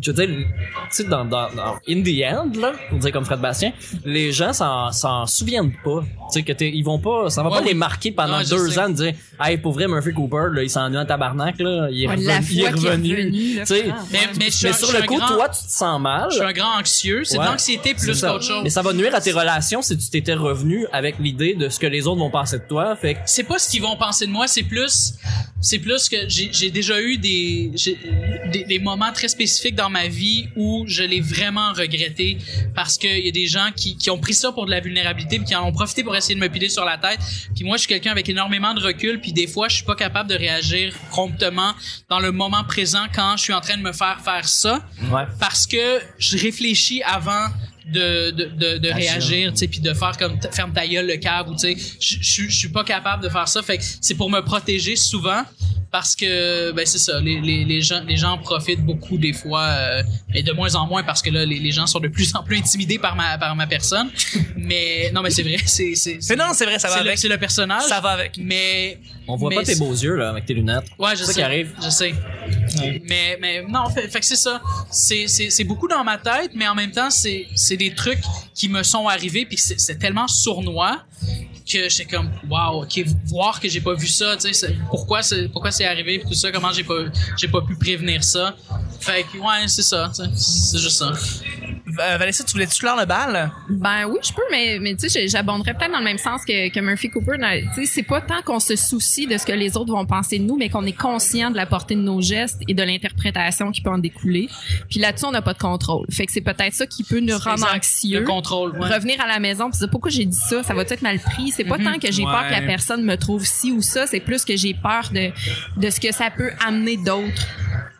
je veux dire, tu sais, dans, dans, dans In the End, là, pour dire comme Fred Bastien, les gens s'en, s'en souviennent pas. Tu sais, que t'es, ils vont pas, ça va
Ouais,
pas les
oui.
marquer pendant
Non, je
deux
sais.
ans de dire, hey, pour vrai, Murphy Cooper, là, il s'en est en tabarnak, là, il est,
Ouais,
revenu,
la
il est
fois qu'il est
revenu.
revenu, là,
Tu sais,
vraiment.
Mais, mais, je suis
mais
un-
sur
je suis
le
un
coup,
grand-
toi, tu te sens mal.
Je suis un grand anxieux. C'est
Ouais.
de l'anxiété plus
C'est ça.
qu'autre chose.
Mais ça va nuire à tes relations si tu t'étais revenu avec l'idée de ce que les autres vont penser de toi. Fait que
c'est pas ce qu'ils vont penser de moi, c'est plus, c'est plus que j'ai j'ai déjà eu des, j'ai- des, des moments très spécifiques dans ma vie où je l'ai vraiment regretté parce qu'il y a des gens qui, qui ont pris ça pour de la vulnérabilité puis qui en ont profité pour essayer de me piler sur la tête. Puis moi, je suis quelqu'un avec énormément de recul puis des fois, je suis pas capable de réagir promptement dans le moment présent quand je suis en train de me faire faire ça
Ouais.
parce que je réfléchis avant de, de, de, de réagir, tu sais, puis de faire comme t- ferme ta gueule le câble, ou tu sais, je- je je suis pas capable de faire ça. Fait que c'est pour me protéger souvent parce que ben c'est ça, les, les, les gens les gens en profitent beaucoup des fois, euh, et de moins en moins parce que là les, les gens sont de plus en plus intimidés par ma par ma personne. mais non mais c'est vrai, c'est c'est
Mais non, c'est vrai, ça va
c'est le,
avec.
c'est le personnage.
Ça va avec.
Mais
on voit
mais
pas tes
c'est-
beaux yeux là avec tes lunettes.
Ouais, je
C'est
sais.
ça qui arrive.
Je sais. Mais, mais non, fait, fait que c'est ça. C'est, c'est, c'est beaucoup dans ma tête, mais en même temps, c'est, c'est des trucs qui me sont arrivés, puis c'est, c'est tellement sournois que j'étais comme, wow, ok, voir que j'ai pas vu ça, tu sais, c'est- pourquoi c'est, pourquoi c'est arrivé, puis tout ça, comment j'ai pas, j'ai pas pu prévenir ça. Fait que, ouais, c'est ça, tu sais, c'est juste ça.
Euh, Vanessa, tu voulais-tu clore le bal?
Ben oui, je peux, mais, mais tu sais, j'abonderais peut-être dans le même sens que, que Murphy Cooper. dans- Tu sais, c'est pas tant qu'on se soucie de ce que les autres vont penser de nous, mais qu'on est conscient de la portée de nos gestes et de l'interprétation qui peut en découler. Puis là-dessus, on n'a pas de contrôle. Fait que c'est peut-être ça qui peut nous rendre
Exact.
anxieux.
Le contrôle, ouais.
Revenir à la maison, puis dire pourquoi j'ai dit ça, ça va être mal pris. C'est pas
Mhm.
tant que j'ai peur
Ouais.
que la personne me trouve ci ou ça, c'est plus que j'ai peur de, de ce que ça peut amener d'autres.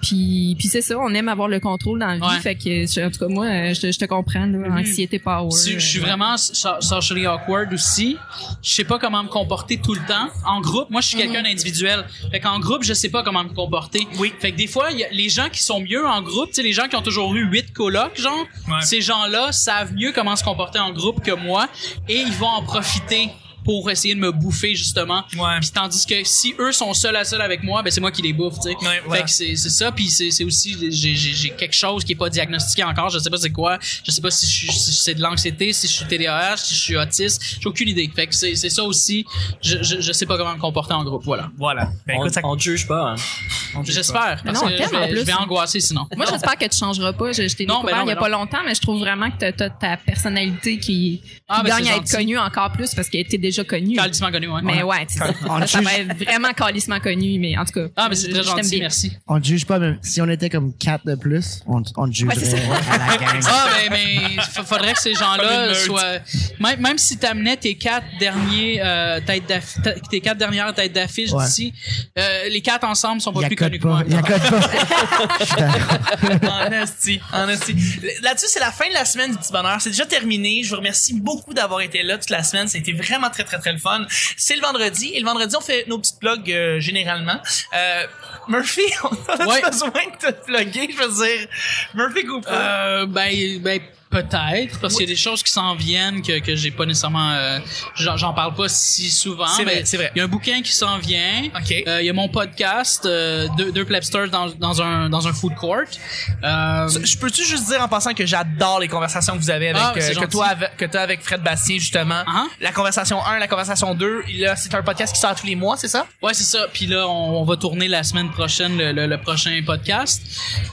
Puis, puis c'est ça, on aime avoir le contrôle dans la vie.
Ouais.
Fait que, je- en tout cas, moi, euh, je, te- je te comprends, là, anxiété power.
Si- Je suis
euh,
vraiment so- socially awkward aussi. Je sais pas comment me comporter tout le temps. En groupe, moi, je suis quelqu'un d'individuel. Fait qu'en groupe, je sais pas comment me comporter.
Mhm. Oui.
Fait que des fois, il y a les gens qui sont mieux en groupe, tu sais, les gens qui ont toujours eu huit colocs, genre,
Ouais.
ces gens-là savent mieux comment se comporter en groupe que moi et ils vont en profiter pour essayer de me bouffer, justement.
Ouais.
Puis tandis que si eux sont seuls à seuls avec moi, ben c'est moi qui les bouffe, tu sais.
Ouais, voilà.
Fait que c'est c'est ça, puis c'est c'est aussi, j'ai- j'ai j'ai quelque chose qui est pas diagnostiqué encore, je sais pas c'est quoi, je sais pas si, je suis- si c'est de l'anxiété, si je suis TDAH, si je suis autiste, j'ai aucune idée. Fait que c'est c'est ça aussi, je, je, je sais pas comment me comporter en groupe, voilà.
Voilà. Ben,
on,
écoute, ça-
on te juge pas. hein.
J'espère,
Mais
parce
non,
que
on
je
t'aime, en
vais,
plus.
je vais
(laughs)
angoisser sinon.
Moi, j'espère que tu changeras pas. Je, je t'ai
Non,
découvert
ben non,
il y a
ben
pas longtemps, mais je trouve vraiment que t'as t'as ta personnalité qui, qui
Ah, ben
gagne
c'est
à être
gentil.
connue encore plus parce qu'elle était déjà connue.
Calissement connu, ouais.
Mais ouais, c'est ça.
On
Ça, ça
juge-
va être vraiment calissement connu, mais en tout cas.
Ah, mais c'est
je-
très
je t'aime
gentil,
bien.
merci.
On te juge pas, mais si on était comme 4 de plus, on, te- on te jugerait
Ouais, c'est
à la gang.
Ah, ben, mais fa- faudrait que ces
Comme une
gens-là
meute.
soient. Même, même si t'amenais tes quatre derniers euh, têtes d'affiche, tes quatre dernières têtes d'affiche
Ouais.
d'ici, euh, les quatre ensemble sont
Il
pas plus connus
accote
que
pas.
moi.
Il accote pas.
en esti, en esti. Là-dessus, c'est la fin de la semaine du petit bonheur. C'est déjà terminé. Je vous remercie beaucoup d'avoir été là toute la semaine. C'était vraiment très, très, très le fun. C'est le vendredi. Et le vendredi, on fait nos petites plugs, euh, généralement. Euh, Murphy, (laughs) on a
Ouais.
besoin de te plugger. Je veux dire, Murphy Cooper.
Euh, ben, ben peut-être parce qu'il y a des choses qui s'en viennent que que j'ai pas nécessairement euh, j'en j'en parle pas si souvent
C'est vrai,
mais
c'est vrai.
il y a un bouquin qui s'en vient
Ok.
Euh, il y a mon podcast euh, deux, deux plebsters dans, dans un dans un food court euh,
Je peux-tu juste dire en passant que j'adore les conversations que vous avez avec
Ah,
euh,
c'est
que
gentil.
toi avec, que t'as avec Fred Bastien justement.
Ah.
La conversation 1, la conversation 2, il a- c'est un podcast qui sort tous les mois, c'est ça
Ouais, c'est ça. Puis là, on, on va tourner la semaine prochaine le, le- le prochain podcast.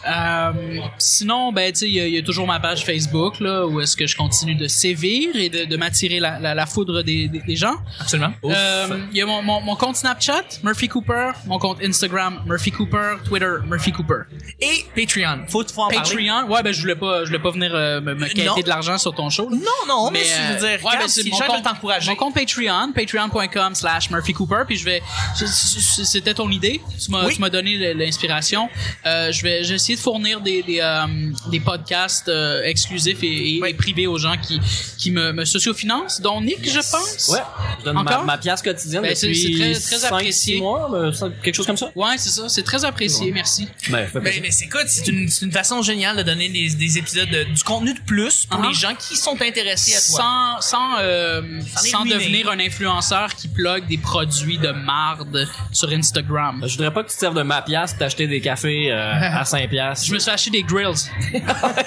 Euh, sinon, ben, tu sais, il y, a- il y a toujours ma page Facebook, là, où est-ce que je continue de sévir et de, de m'attirer la, la, la foudre des, des, des gens.
Absolument.
Euh, Il y a mon, mon, mon compte Snapchat, Murphy Cooper, mon compte Instagram, Murphy Cooper, Twitter, Murphy Cooper.
Et Patreon, faut faut en parler.
Patreon, ouais, ben, je voulais pas, je voulais pas venir euh, me, me
Non.
quêter de l'argent sur ton show. là.
Non, non, mais, je
euh,
veux dire,
ouais,
regarde,
ben, c'est
si les
mon
gens veulent
compte-
t'encourager.
Mon compte Patreon, patreon.com slash Murphy Cooper, puis je vais... c- c- c- C'était ton idée, tu m'as
Oui.
tu m'as donné l- l'inspiration. Euh, je vais j'ai essayé de fournir des, des, euh, des podcasts euh, exclusifs et, et-
Oui.
et privés aux gens qui, qui me, me sociofinancent, dont Nick, je pense.
Ouais, je donne ma,
Encore?
ma pièce quotidienne
Ben, c'est-
depuis
c'est très- très
cinq,
apprécié.
six mois, ben, cinq- quelque chose comme ça.
Ouais, c'est ça, c'est très apprécié, merci.
Ben, fais
Mais,
plaisir.
mais c'est écoute, c'est une, c'est une façon géniale de donner des, des épisodes, de- du contenu de plus pour
Ah.
les gens qui sont intéressés à toi.
Sans, sans, euh,
Sans les
sans
ruiner.
devenir un influenceur qui plug des produits de marde sur Instagram.
Ben, Je voudrais pas que tu te serves de ma pièce pour t'acheter des cafés euh,
(laughs)
à 5 piastres.
Je me suis acheté des grills
(laughs)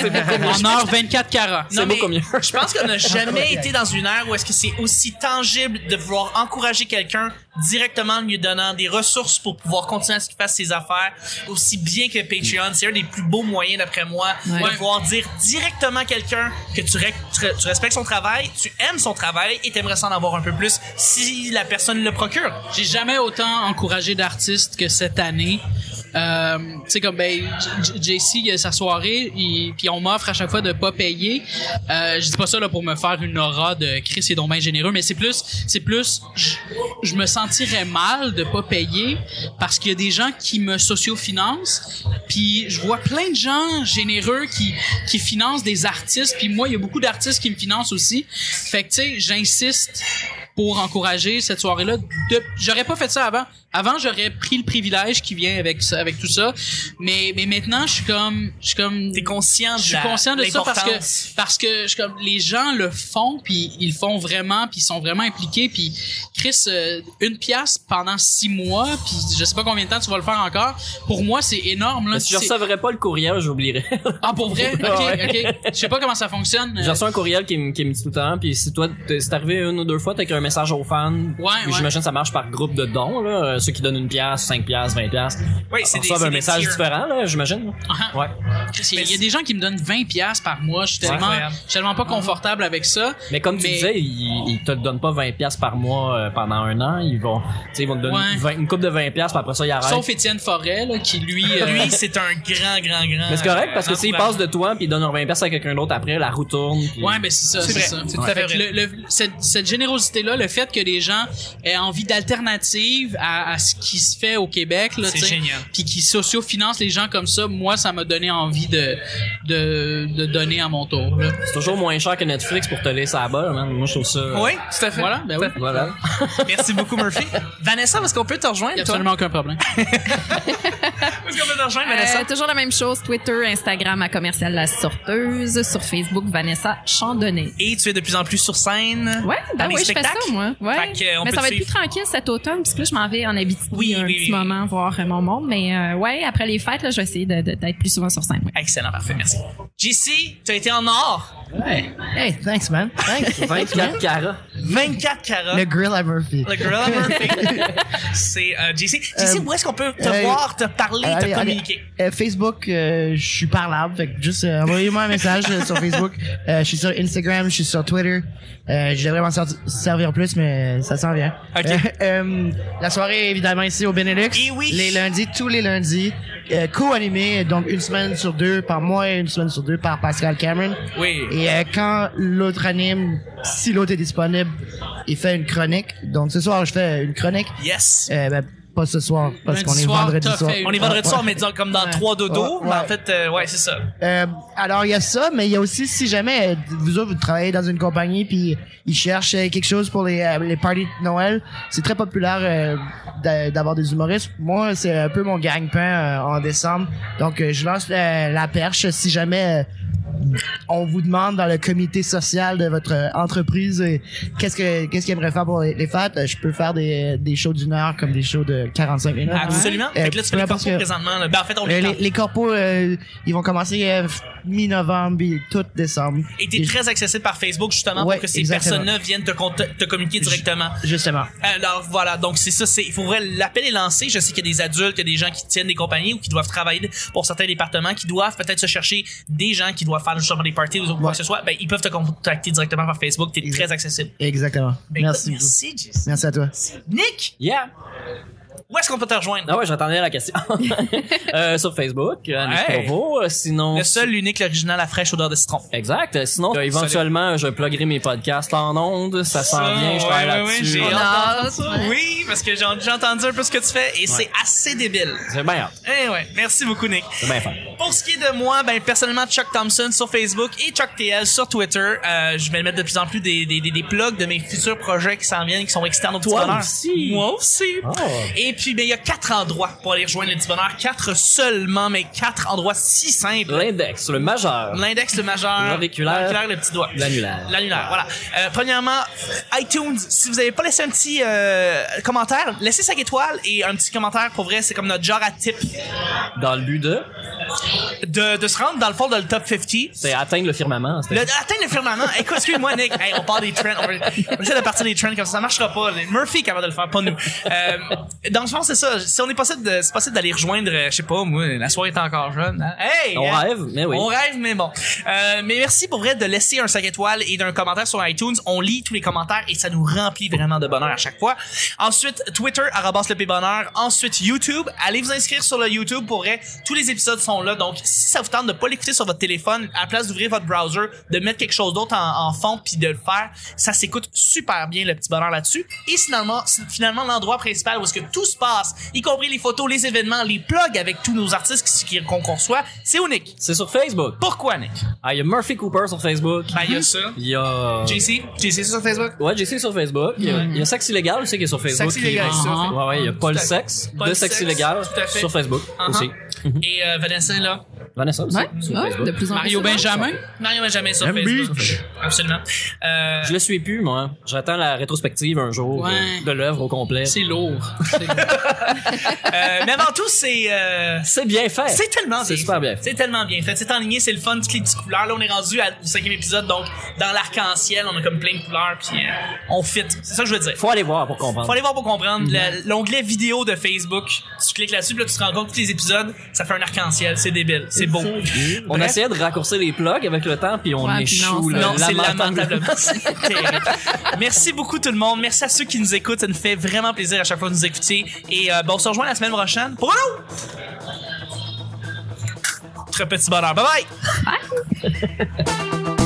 c'est beaucoup mieux.
en or 24 carats.
C'est
mais
beaucoup mieux.
Je pense qu'on n'a
(laughs)
jamais été dans une ère où est-ce que c'est aussi tangible de vouloir encourager quelqu'un directement en lui donnant des ressources pour pouvoir continuer à ce qu'il fasse ses affaires aussi bien que Patreon. C'est un des plus beaux moyens, d'après moi, de
Ouais.
pouvoir dire directement à quelqu'un que tu, rec- tu re- tu respectes son travail, tu aimes son travail et t'aimerais s'en avoir un peu plus si la personne le procure.
J'ai jamais autant encouragé d'artistes que cette année. Euh, tu sais comme ben J- J- JC il a sa soirée il- puis on m'offre à chaque fois de pas payer euh, je dis pas ça là pour me faire une aura de Chris et donc bien généreux mais c'est plus c'est plus je- je me sentirais mal de pas payer parce qu'il y a des gens qui me sociofinancent puis je vois plein de gens généreux qui qui financent des artistes puis moi il y a beaucoup d'artistes qui me financent aussi fait que tu sais j'insiste pour encourager cette soirée-là. De... J'aurais pas fait ça avant. Avant, j'aurais pris le privilège qui vient avec ça, avec tout ça. Mais, mais maintenant, je suis comme, je suis comme.
T'es conscient de
Je suis
la-
conscient de ça parce
l'importance.
que parce que je suis comme les gens le font puis ils le font vraiment puis ils sont vraiment impliqués puis Chris euh, une pièce pendant six mois puis je sais pas combien de temps tu vas le faire encore pour moi c'est énorme
(laughs)
là
Mais si je
C'est-
recevrais pas le courriel, j'oublierais.
ah pour vrai ok
Ouais.
ok je sais pas comment ça fonctionne
J'ai reçu un courriel qui me, qui me dit tout le temps, puis si toi, t'es- c'est arrivé une ou deux fois, t'es avec un un message aux fans.
Ouais,
Puis
ouais.
J'imagine que ça marche par groupe de dons, là. Euh, Ceux qui donnent une pièce, cinq pièces, vingt pièces.
Oui, c'est des-
Ils reçoivent
c'est
un
des
message
tiers.
différent, là, j'imagine.
Ah.
Ouais.
Il y a- il y a des gens qui me donnent 20 pièces par mois. Je suis tellement,
incroyable. Ah.
je suis tellement pas confortable avec ça.
Mais comme tu
Mais-
disais, ils, ils te donnent pas 20 pièces par mois euh, pendant un an. Ils vont, tu sais, ils vont te donner
Ouais.
20 une coupe de 20 pièces, puis après ça, ils arrêtent.
Sauf Étienne Forêt, là, qui lui, euh,
Lui, c'est un grand, grand, grand.
mais c'est correct
euh,
parce que s'ils
entourage.
passent de toi puis ils donnent un 20 pièces à quelqu'un d'autre après, la roue tourne. puis-
Ouais, ben c'est ça,
C'est
c'est
vrai,
ça.
c'est tout à fait
que
vrai.
le- le- cette, cette générosité-là, le fait que les gens aient envie d'alternative à, à ce qui se fait au Québec, là,
C'est
tu sais,
génial.
puis qui sociofinancent les gens comme ça, moi, ça m'a donné envie de, de, de donner à mon tour. Là.
C'est toujours moins cher que Netflix pour te laisser à bas, man. Moi, je trouve ça. euh,
Oui, tout à fait.
Voilà, ben oui.
Voilà.
Merci beaucoup, Murphy. Vanessa, est-ce qu'on peut te rejoindre?
Il y a
toi?
absolument aucun problème.
Est-ce qu'on peut te rejoindre, Vanessa?
Euh, toujours la même chose, Twitter, Instagram à commercial la sorteuse, sur Facebook Vanessa Chandonnet.
Et tu es de plus en plus sur scène.
Ouais,
dans
ben
les
oui, je fais ça
spectacles.
moi. Ouais.
Fait que, euh, on
mais
peut
ça
te
va être plus
suivre.
tranquille cet automne puisque là je m'en vais en Abitibi
Oui,
un
oui,
petit
oui.
moment voir euh, mon monde, mais euh, ouais, après les fêtes là, je vais essayer de- de- d'être plus souvent sur scène. ouais.
Excellent, parfait, merci. JC, tu as été en or.
Ouais. Hey, thanks, man. Thanks.
24 carats.
24 carats.
Le grill à Murphy.
Le Gorilla
(laughs)
Murphy. C'est euh, JC. JC,
Euh,
où est-ce qu'on peut te
euh,
voir, te parler,
Euh, allez,
te
allez.
communiquer?
Euh, Facebook, euh, je suis parlable. Fait que juste euh, envoyez-moi un message euh, sur Facebook. Euh, je suis sur Instagram, je suis sur Twitter. Euh, je devrais m'en sorti- servir plus, mais ça s'en vient.
Ok.
Euh, (laughs) euh, la soirée, évidemment, ici au Benelux.
Eh oui.
Les lundis, tous les lundis. Euh, Co-animé, donc une semaine sur deux par moi et une semaine sur deux par Pascal Cameron.
Oui.
Et euh, quand l'autre anime, si l'autre est disponible, il fait une chronique. Donc ce soir, je fais une chronique.
Yes.
Euh, ben, pas ce soir, parce
Lundi
qu'on est
soir,
vendredi
t'as
soir.
fait une-
On est vendredi soir, mais disons comme dans
Ouais.
trois dodos.
Ouais,
mais en
ouais.
fait, euh, ouais, c'est ça.
Euh, alors il y a ça, mais il y a aussi si jamais euh, vous autres vous travaillez dans une compagnie puis ils cherchent euh, quelque chose pour les, euh, les parties de Noël, c'est très populaire euh, d'a- d'avoir des humoristes. Moi c'est un peu mon gagne-pain euh, en décembre, donc euh, je lance euh, la perche si jamais. euh, on vous demande dans le comité social de votre euh, entreprise euh, qu'est-ce que qu'est-ce qu'ils aimeraient faire pour les, les fêtes. euh, Je peux faire des, des shows d'une heure comme des shows de 45 minutes.
Absolument.
Euh,
fait que là, tu fais
peu
les
importe
corpos
que-
présentement. là. Ben, en fait, on
euh,
les
les,
parle.
les corpos, euh, ils vont commencer euh, mi-novembre, puis tout décembre.
Et t'es
Et-
très accessible par Facebook, justement,
Ouais,
pour que ces
exactement.
personnes-là viennent te, con- te communiquer directement.
Justement.
Alors voilà, donc c'est ça, c'est il faudrait l'appel est lancé. Je sais qu'il y a des adultes, il y a des gens qui tiennent des compagnies ou qui doivent travailler pour certains départements, qui doivent peut-être se chercher des gens qui doivent faire justement des parties ou quoi
Ouais.
que ce soit. Ben ils peuvent te contacter directement par Facebook. T'es
Exact.
très accessible.
Exactement.
Ben,
merci.
écoute,
beaucoup.
Merci, Jess.
Merci à toi.
Nick,
Yeah.
où est-ce qu'on peut te rejoindre
Ah ouais, j'entendais la
(laughs)
question. Euh, sur Facebook, euh, Nick
Ouais.
Corvo, euh, Sinon.
Le seul, l'unique, l'original, la fraîche odeur de citron.
Exact. Euh, Sinon, euh, éventuellement, je pluguerai mes podcasts en ondes. Ça s'en vient, je travaille là-dessus.
j'ai
On a-
hâte
a
d'entendre ça. Oui, parce que j'ai j'ai entendu un peu ce que tu fais et c'est assez débile.
C'est bien hâte.
Eh ouais, merci beaucoup, Nick.
C'est bien fait.
Pour ce qui est de moi, ben personnellement Chuck Thompson sur Facebook et Chuck TL sur Twitter. Euh, je vais mettre de plus en plus des, des, des, des plugs de mes futurs projets qui s'en viennent, qui sont externes au petit
Toi
bonheur.
aussi.
Moi aussi.
Oh.
Et puis ben il y a quatre endroits pour aller rejoindre le petit bonheur, quatre seulement, mais quatre endroits si simples.
L'index, le majeur.
L'index, le majeur,
L'auriculaire.
l'auriculaire, le petit doigt.
L'annulaire.
L'annulaire, voilà. Euh, premièrement, iTunes, si vous n'avez pas laissé un petit euh, commentaire, laissez 5 étoiles et un petit commentaire, pour vrai, c'est comme notre genre à tip
Dans le but de,
de, de se rendre dans le fond dans le top 50.
c'est atteindre le firmament.
Le,
c'était-
atteindre le firmament. Écoute, excuse-moi, Nick. Hey, on part des trends. On, on essaie de partir des trends comme ça. Ça marchera pas. Murphy est capable de le faire, pas nous. Euh, dans le fond, c'est ça. Si on est possible, de- c'est possible d'aller rejoindre, euh, je sais pas, moi, la soirée est encore jeune. hein. Hey!
On
hein?
rêve, mais oui.
On rêve, mais bon. Euh, mais merci pour vrai de laisser un 5 étoiles et d'un commentaire sur iTunes. On lit tous les commentaires et ça nous remplit vraiment de bonheur à chaque fois. Ensuite, Twitter, arrobas le bonheur. Ensuite, YouTube. Allez vous inscrire sur le YouTube pour vrai. Tous les épisodes sont là. Donc, si ça vous tente de pas l'écouter sur votre téléphone, à la place d'ouvrir votre browser, de mettre quelque chose d'autre en, en fond puis de le faire, ça s'écoute super bien le petit bonheur là-dessus. Et finalement, finalement l'endroit principal où est-ce que tout se passe, y compris les photos, les événements, les plugs avec tous nos artistes qui- qui- qu'on conçoit, c'est au Nick.
C'est sur Facebook.
Pourquoi, Nick?
Ah, il y a Murphy Cooper sur Facebook.
Ben, il y a ça.
Il y a.
JC, JC sur Facebook.
Ouais, JC sur Facebook. Il y a- il y a Sexe illégal aussi qui est sur Facebook.
Sexe Mm. illégal,
Qui-
c'est
ça.
Ouais, ouais, il y a Paul
Tout à fait.
Sexe
Paul
de Sexe
Sexe,
illégal
tout à fait.
sur Facebook
Uh-huh.
aussi.
Et euh, Vanessa, là,
Vanessa aussi.
Ouais,
sur
ouais,
Facebook.
de plus en
Mario
plus.
Benjamin?
Mario jamais sur
Un
Facebook.
beach.
Absolument. Euh,
Je le suis plus, moi. J'attends la rétrospective un jour
Ouais.
euh, de l'œuvre au complet.
C'est lourd. C'est lourd.
euh, mais avant tout, c'est euh,
C'est bien fait.
C'est tellement
C'est
bien
super
fait.
bien fait.
C'est tellement bien fait. C'est enligné, c'est le fun, toutes les petites couleurs. Là, on est rendu à- au cinquième épisode, donc dans l'arc-en-ciel, on a comme plein de couleurs, puis euh, on fit. C'est ça que je veux dire.
Faut Mm-hmm. aller voir pour comprendre.
Faut aller voir pour comprendre. Le- L'onglet vidéo de Facebook, tu cliques là-dessus, puis là, tu te rends compte que tous les épisodes, ça fait un arc-en-ciel. C'est débile. C'est beau.
On
Bref.
essayait de raccourcir les plugs avec le temps, puis on
Ouais, puis non,
échoue.
ça-
là,
Non, c'est
lamentablement.
lamentablement. (laughs) C'est terrible. Merci beaucoup tout le monde. Merci à ceux qui nous écoutent. Ça nous fait vraiment plaisir à chaque fois que vous nous écoutez. Et euh, bon, on se rejoint la semaine prochaine pour un autre petit bonheur. Bye bye!
Bye!